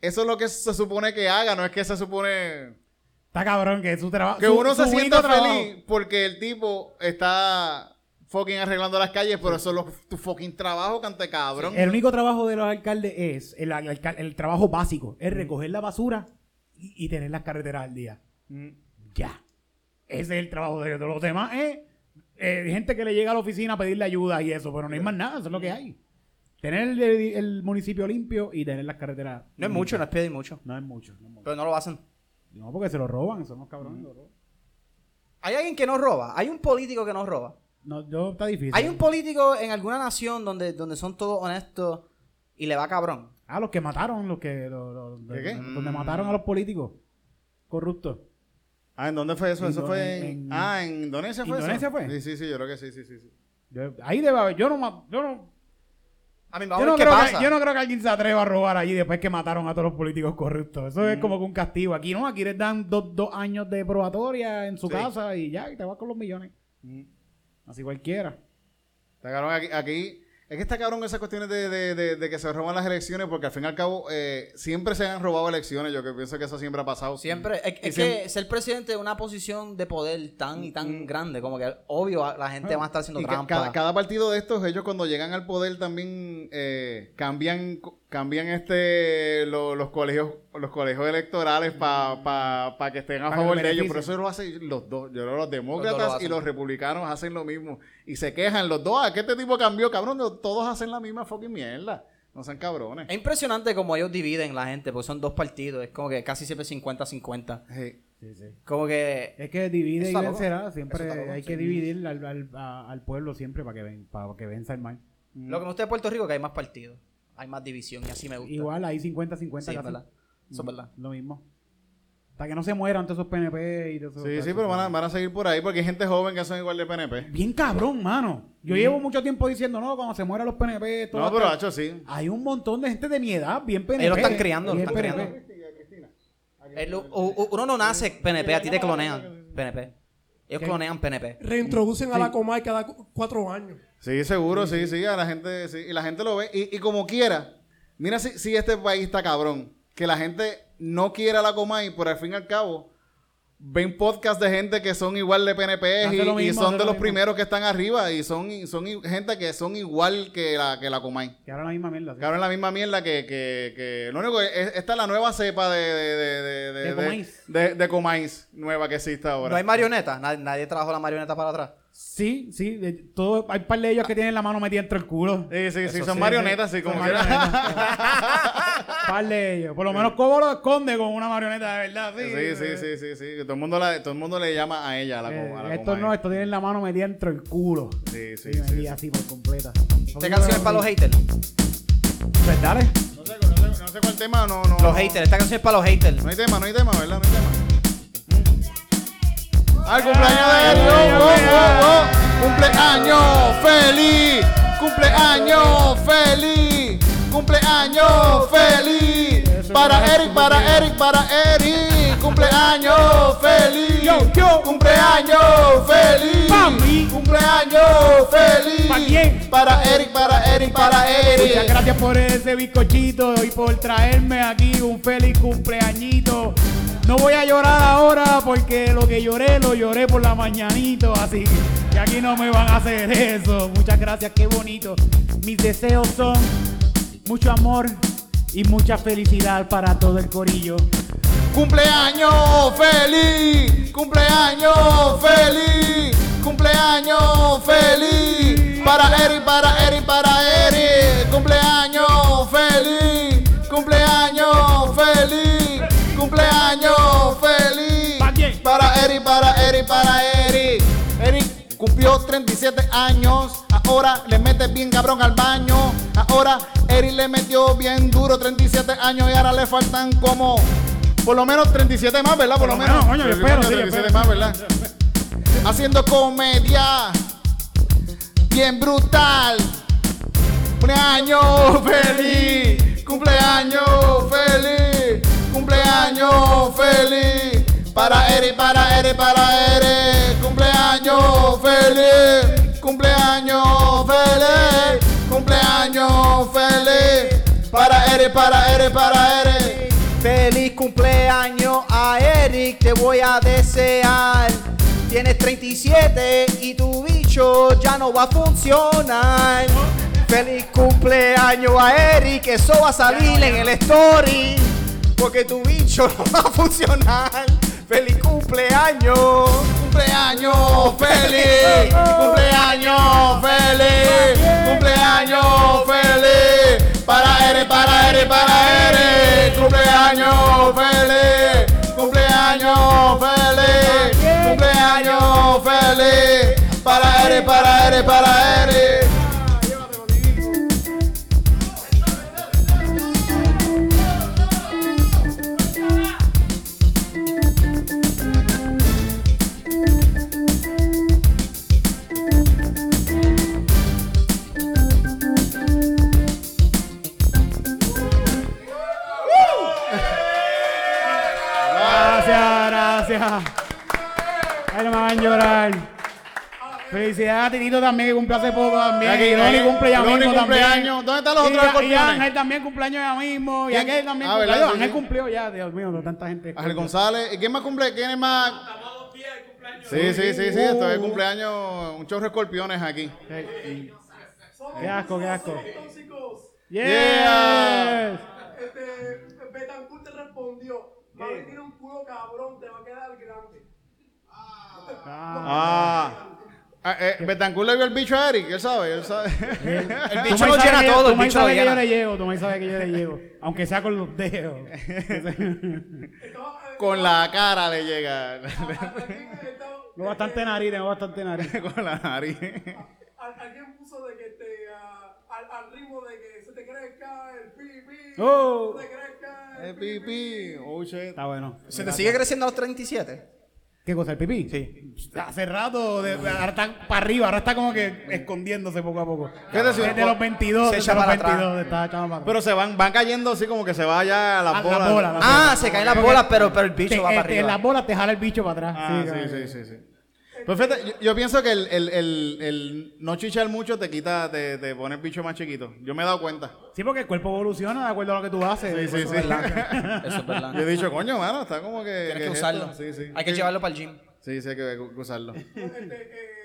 eso es lo que se supone que haga, no es que se supone...
Está cabrón que es su trabajo.
Que
su-
uno se
su
sienta
único trabajo.
feliz porque el tipo está fucking arreglando las calles, pero eso es lo- tu fucking trabajo, cante cabrón.
El único trabajo de los alcaldes es, el, alcal- el trabajo básico,
Mm.
es recoger la basura y, y tener las carreteras al día.
Mm.
Ya. Ese es el trabajo de, de los demás. Es eh, gente que le llega a la oficina a pedirle ayuda y eso, pero no hay más nada, eso es lo
Mm.
que hay. Tener el, el municipio limpio y tener las carreteras.
No es mucho, no es pedir mucho.
No es mucho. No, es mucho.
Pero no lo hacen.
No, porque se lo roban, son los
Mm.
cabrones. lo roban.
Hay alguien que no roba. Hay un político que no roba.
No, yo, está difícil.
Hay un político en alguna nación donde, donde son todos honestos y le va cabrón.
Ah, los que mataron, los que. los- los-
¿Qué, qué?
Donde mataron a los políticos corruptos.
Ah, ¿en dónde fue eso?
En
eso
Do-
fue en,
en- en-
Ah, en Indonesia fue
¿Indonesia
eso?
fue?
Sí, sí, sí, yo creo que sí, sí, sí. sí.
Yo- ahí debe haber. Yo no. ma- Yo no
A mí me
yo no,
qué
creo
pasa.
que, yo no creo que alguien se atreva a robar allí después que mataron a todos los políticos corruptos. Eso
Mm.
es como que un castigo. Aquí no, aquí les dan dos, dos años de probatoria en su
Sí.
casa y ya, y te vas con los millones.
Mm.
Así cualquiera.
Está cabrón aquí, aquí- Es que está cabrón esas cuestiones de, de- de- de que se roban las elecciones, porque al fin y al cabo eh, siempre se han robado elecciones. Yo que pienso que eso siempre ha pasado.
Siempre, es,
Y
es
siempre-
que ser presidente de una posición de poder tan y tan grande, como que obvio a- la gente va a estar haciendo
Mm, Ah, Y ca-
trampa.
cada, cada partido de estos, ellos cuando llegan al poder también eh, cambian, co- cambian este lo- los colegios, los colegios electorales para que estén a
Pa' que
favor
los
de ellos.
beneficien.
Por eso lo hacen los dos. Yo creo que los
Los
demócratas
dos lo
y los
hacen.
republicanos "Ah, hacen lo mismo. Y se quejan los dos. ¿A qué este tipo cambió? Cabrón, no, todos hacen la misma fucking mierda. No sean cabrones.
Es impresionante como ellos dividen la gente, porque son dos partidos. Es como que casi siempre 50-50.
Sí.
Sí, sí.
Como que
Es que divide
Eso
y
está loco.
vencerá.
Eso está
Siempre
loco,
hay
sí.
que dividir al, al- a- al pueblo siempre para que, ven, para que venza el mal.
Mm.
Lo que me gusta de Puerto Rico es que hay más partidos, hay más división y así me gusta.
Igual hay 50-50
Sí, es
casi.
verdad. Eso es verdad.
Lo mismo. Para que no se mueran todos esos PNP y todo eso.
Sí, sí, pero van a, van a seguir por ahí porque hay gente joven que son igual de PNP.
Bien cabrón, mano. Yo llevo mucho tiempo diciendo, no, cuando se mueran los PNP... todo
No,
va a
pero
estar-".
hacho sí.
Hay un montón de gente de mi edad, bien PNP.
Ellos lo están criando, lo
bien
están
PNP.
criando. El- u- u- uno no nace PNP, a ti te clonean PNP. Ellos clonean PNP.
Reintroducen a la Comay cada cu- cuatro años.
Sí, seguro, sí, sí, a la gente, sí, y la gente lo ve, y, y como quiera, mira si, si este país está cabrón, que la gente no quiera la Comay, pero al fin y al cabo, ven podcast de gente que son igual de PNP y,
Hace lo
y
mismo,
son
hace
de
lo
los
mismo.
primeros que están arriba, y son, y son i- gente que son igual que la, que la Comay.
Que ahora la misma mierda. sí.
Que hablan la misma mierda que, que, que- lo único que es- esta es la nueva cepa de, de, de, de,
De Comaíz.
de- de Comaíz nueva que existe ahora.
No hay marioneta, nadie, nadie trajo la marioneta para atrás.
Sí, sí. de- todo, hay un par de ellos que tienen la mano metida entre el culo.
Sí, sí, sí,
Eso
son
sí.
marionetas, sí,
Son
Eh, como quiera. [LAUGHS]
marionetas. par de ellos. Por lo menos Cobo lo esconde con una marioneta, de verdad. Sí,
Sí, sí, sí, sí, sí. que Todo el mundo, la, todo el mundo le llama a ella, a la,
Eh,
co- a la
estos
comadre.
no, estos tienen la mano metida entre el culo.
Sí, sí,
Y
sí,
metida
sí.
así por completa.
Esta canción es para los haters.
Pues dale.
No sé, no sé- no sé cuál tema, no, no.
Los haters, esta canción es para los haters.
No hay tema, no hay tema, ¿verdad? No hay tema. ¡Al cumpleaños de él! ¡Oh, oh, oh! cumpleaños feliz! ¡Cumpleaños feliz! ¡Cumpleaños feliz! Para Eric, para Eric, para Eric. ¡Cumpleaños feliz!
Yo, yo.
¡Cumpleaños feliz!
Pa' mí.
¡Cumpleaños feliz!
¿Pa' quién?
Para Eric, para Eric, para
Muchas
Eric.
gracias por ese bizcochito y por traerme aquí un feliz cumpleañito. No voy a llorar ahora porque lo que lloré lo lloré por la mañanito, así que aquí no me van a hacer eso. Muchas gracias, qué bonito. Mis deseos son mucho amor y mucha felicidad para todo el corillo.
Cumpleaños feliz, cumpleaños feliz, cumpleaños feliz. Para Eric, para Eric, para Eric. Cumpleaños feliz, cumpleaños feliz, cumpleaños
¿Pa' quién?
feliz. Para Eric, para Eric, para Eric. Eric cumplió 37 años. Ahora le mete bien cabrón al baño. Ahora Eric le metió bien duro 37 años y ahora le faltan como por lo menos 37 más, ¿verdad? Por, lo
menos,
menos.
coño, yo
Sí,
espero,
coño,
sí, yo
37
espero.
más, ¿verdad? Haciendo comedia. Bien brutal. Cumpleaños feliz, cumpleaños feliz, cumpleaños feliz. Para Eri, para Eri, para Eri, cumpleaños feliz, cumpleaños feliz, cumpleaños feliz. Para Eri, para Eri, para Eri.
Feliz cumpleaños a Eric, te voy a desear. Tienes 37 y tu bicho ya no va a funcionar. Feliz cumpleaños a Eric, eso va a salir en el story. Porque tu bicho no va a funcionar. Feliz cumpleaños.
Cumpleaños
[LAUGHS]
feliz, cumpleaños feliz, cumpleaños feliz, para Eri, para Eri, para Eri, cumpleaños feliz, cumpleaños feliz, cumpleaños feliz, para Eri, para Eri, para Eri.
Gracias, gracias. Ay, no me van a llorar. Felicidades a Titito también, que cumple hace poco también.
Aquí,
y Loli cumple ya
Loli
mismo
cumpleaños.
también.
¿Dónde están los
Y
otros
a- Y
escorpiones?
Ángel también cumpleaños ya mismo. Y
¿Quién?
aquel también
Ah,
cumplió.
¿verdad? Sí,
Ángel
sí.
cumplió ya, Dios mío, no tanta gente.
Ángel González, ¿y quién más cumple? ¿Quién es más? Sí, sí, sí, sí, esto es cumpleaños, un chorro de escorpiones aquí.
Sí. Qué asco, qué asco.
Tóxicos.
Yes.
Yeah.
Este, Betancourt te respondió. Mami tiene un culo cabrón, te va a quedar grande.
Ah,
Ah, Ah, eh, Betancourt le vio el bicho a Eric, él sabe, él sabe.
Tú
El
[LAUGHS]
bicho
me
lo
sabes
llena
que yo-
todo,
tú
el
me
bicho lo
sabes que yo
llena.
le llego, tú me sabes que yo le llego. Aunque sea con los dedos.
Con la cara le llega. [LAUGHS]
No bastante nariz, tengo bastante nariz.
Con la nariz.
Alguien puso de que te, ah, al, al ritmo de que se te crezca el pipí,
Oh.
se te crezca
[LAUGHS] Eh,
el
pi, pi. Oh, shit.
Está bueno.
¿Se te sigue creciendo a los 37?
¿Qué cosa, el pipí? Sí. Hace rato, de- ahora está para arriba, ahora está como que escondiéndose poco a poco.
Fíjate si-
desde los 22,
se
desde
echa
los
para atrás.
22, está echado para atrás.
Pero se van, van cayendo así como que se va ya a
Ah,
las
la
bolas.
bola, la-
Ah, se caen las bolas, pero, pero el bicho
Te-
va para
eh, te- Las
arriba.
bolas te jala el bicho para atrás.
Ah, sí,
claro.
sí, sí, sí. Pues fíjate, yo, yo pienso que el, el, el, el no chichar mucho te quita, te, te pone el bicho más chiquito. Yo me he dado cuenta.
Sí, porque el cuerpo evoluciona de acuerdo a lo que tú haces.
Sí, sí,
Eso
sí.
es verdad. [LAUGHS]
Eso es verdad.
Yo he dicho, coño, mano, está como que.
Tienes que
¿qué es
usarlo.
esto? Sí, sí.
Hay que llevarlo para el gym.
Sí, sí, hay que hay que
[LAUGHS]
usarlo.
este, eh,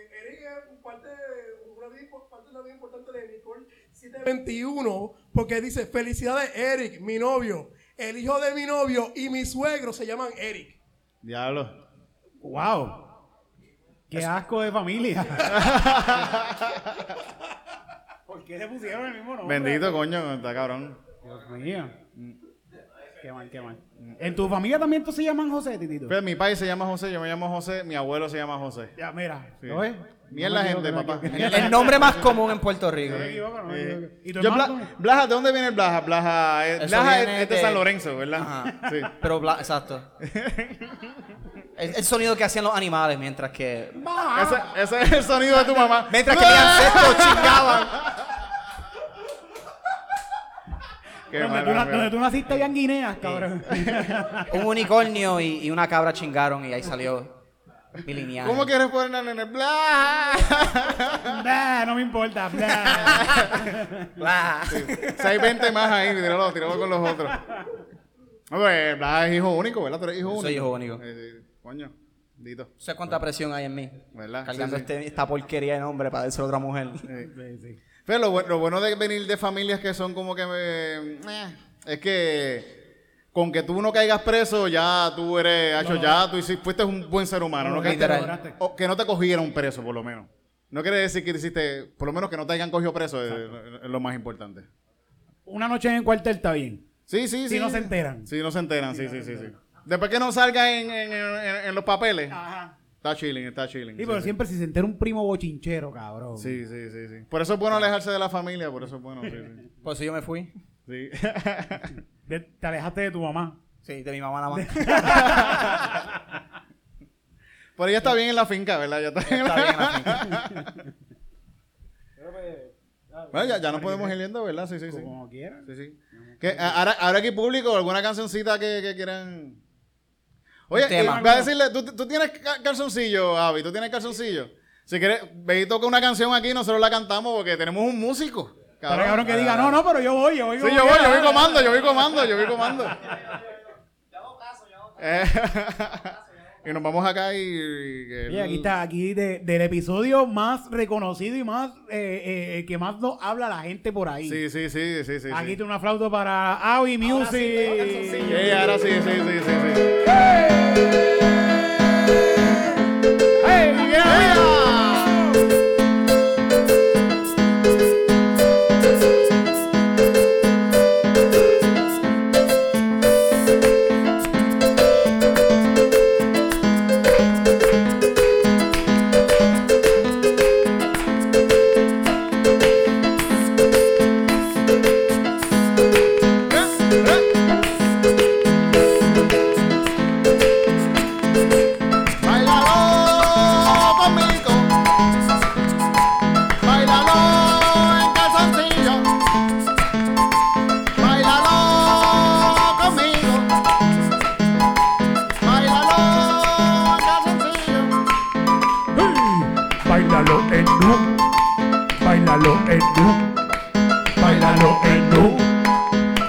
...21, porque dice felicidades Eric, mi novio, el hijo de mi novio y mi suegro se llaman Eric.
Diablo.
¡Wow! ¡Qué asco de
[LAUGHS]
familia! ¿Por qué le pusieron el mismo nombre?
Bendito, coño, está cabrón.
Dios mío. Mm. Qué mal, qué mal. Mm. ¿En tu familia también tú se llaman José, Titito?
Pero mi país se llama José, yo me llamo José, mi abuelo se llama José.
Ya, mira.
Sí.
¿Lo ves?
Miel
No
la
me
gente,
equivoco,
papá.
no me
Miel la
El nombre más común en Puerto Rico.
equivoco, no me equivoco. ¿Y tu
Yo,
hermano?
Bla- Blaja, ¿de dónde viene el Blaja? Blaja, eh,
Eso
Blaja
viene
es, es de
de-
San Lorenzo, ¿verdad?
Ajá.
Sí.
Pero, bla-
[LAUGHS]
exacto. El, el sonido que hacían los animales mientras que...
Ese, ese es el sonido de tu mamá.
Mientras que mis
[LAUGHS]
ancestros chingaban.
Qué
donde,
mala,
tú, na-
mira.
donde tú naciste habían guineas, cabrón.
Un unicornio y, y una cabra chingaron y ahí salió mi lineaje.
¿Cómo quieres poner en el Blaja?
Nah, no me importa. nah.
Ah.
620 más ahí, tíralo, tíralo con los otros. No, pues Blaja es hijo único, ¿verdad? Tú eres hijo
Yo
único.
soy hijo único.
Eh, sí, coño, dito.
¿Sabes cuánta presión hay en mí?
¿Verdad?
Cargando
Sí, sí.
este- esta porquería de nombre para decirlo a otra mujer.
Sí, sí.
Pero lo, buen- lo bueno de venir de familias que son como que me- eh, es que con que tú no caigas preso, ya tú eres, hacho, ya tú hiciste, fuiste un buen ser humano. No,
No,
que,
literal.
te- o que no te cogieron preso, por lo menos. No quiere decir que hiciste, por lo menos que no te hayan cogido preso, es, es lo más importante.
Una noche en el cuartel está bien.
Sí, sí, sí.
Si no se enteran.
Si no se enteran, sí, sí, sí. sí. Después que no salga en, en- en- en los papeles,
Ajá.
está chilling, está chilling.
Sí, pero siempre si se entera un primo bochinchero, cabrón.
Sí, sí, sí, sí. Por eso es bueno alejarse de la familia, por eso es bueno. sí, sí.
Por eso Pues yo me fui.
Sí. [LAUGHS]
De- te alejaste de tu mamá.
Sí, de mi mamá
[LAUGHS]
nada más.
Pero ya está bien en la finca, ¿verdad? Ya está bien en la
Está bien, así.
Bueno, ya, ya nos podemos ir yendo, ¿verdad? Sí, sí, sí.
Como quieras.
sí, sí. Que, a- ahora, ahora aquí público, alguna cancioncita que, que quieran. Oye,
Un tema.
eh, voy a decirle, ¿tú, tú tienes ca- calzoncillo, Avi, tú tienes calzoncillo. Si quieres, ve y toca una canción aquí, nosotros la cantamos porque tenemos un músico.
Pero cabrón que diga, no, no, pero yo voy, yo voy.
Sí,
como
yo voy,
quiera".
yo voy comando, yo voy comando, yo voy comando. Eh, [LAUGHS] y nos vamos acá y... y-
Oye, aquí está, aquí de- del episodio más reconocido y más eh, eh, eh, que más nos habla la gente por ahí.
Sí, sí, sí, sí, sí.
aquí
sí.
tiene una flauta para Avi Music.
Sí, ahora sí, sí, sí, sí, sí. ¡Hey! ¡Miguel Ávila! Bailalo conmigo, bailalo en calzoncillo, bailalo conmigo, bailalo en calzoncillo.
Bailalo en nu, bailalo en nu, bailalo en nu,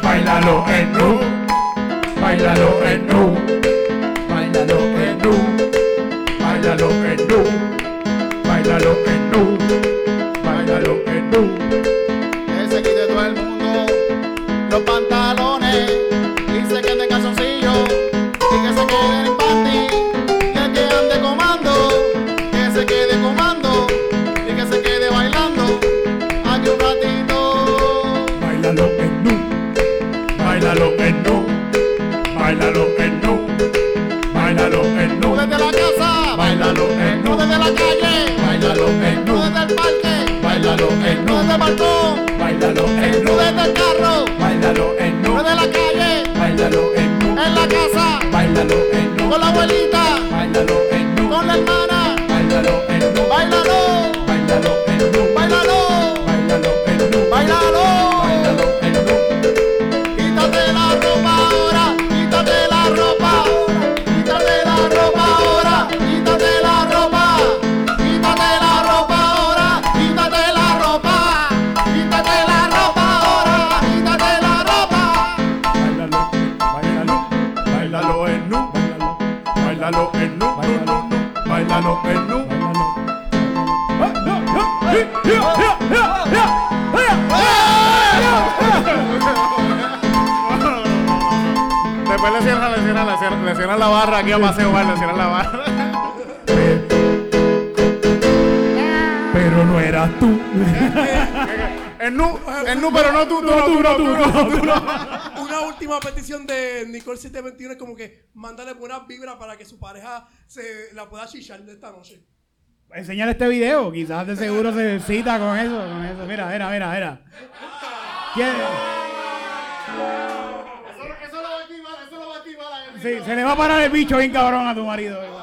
bailalo en nu, bailalo en nu, bailalo en nu, bailalo en nu, bailalo en nu, bailalo en nu.
Que se quite todo el mundo los pantalones y se queden calzoncillos y que se queden en panty, que el que ande comando, que se quede comando, la calle,
Bailalo en nu,
desde el parque,
bailalo en nu,
desde el balcón,
bailalo en nu,
desde el carro,
bailalo en nu,
desde la calle,
bailalo en nu,
en la casa,
bailalo en nu,
con la abuelita,
bailalo en nu,
con la hermana,
bailalo en nu,
bailalo,
bailalo en nu,
bailalo,
bailalo en nu,
bailalo,
bailalo en nu.
quítate la ropa ahora, quítate la ropa ahora, quítate la ropa ahora, quítate la ropa, quítate la ropa ahora, quítate la ropa, quítate la ropa ahora, quítate la ropa.
Bailalo, bailalo, bailalo en nu, bailalo en nu, nu, nu, nu, bailalo en nu.
Después le cierran, le cierran, le cierran, le cierran la barra aquí a Paseo Bar, le cierran la barra.
Pero no eras tú.
Es nu, es nu, pero no tú, tú, no, tú, no, tú, no, tú, no.
Una última petición de Nicole 721 es como que mándale buenas vibras para que su pareja se la pueda chichar de esta noche.
Enseñale este video, quizás de seguro se cita con eso, con eso. Mira, mira, mira, mira. ¿Quién?
Eso lo va a activar, eso lo va a activar.
Sí, se le va a parar el bicho bien cabrón a tu marido.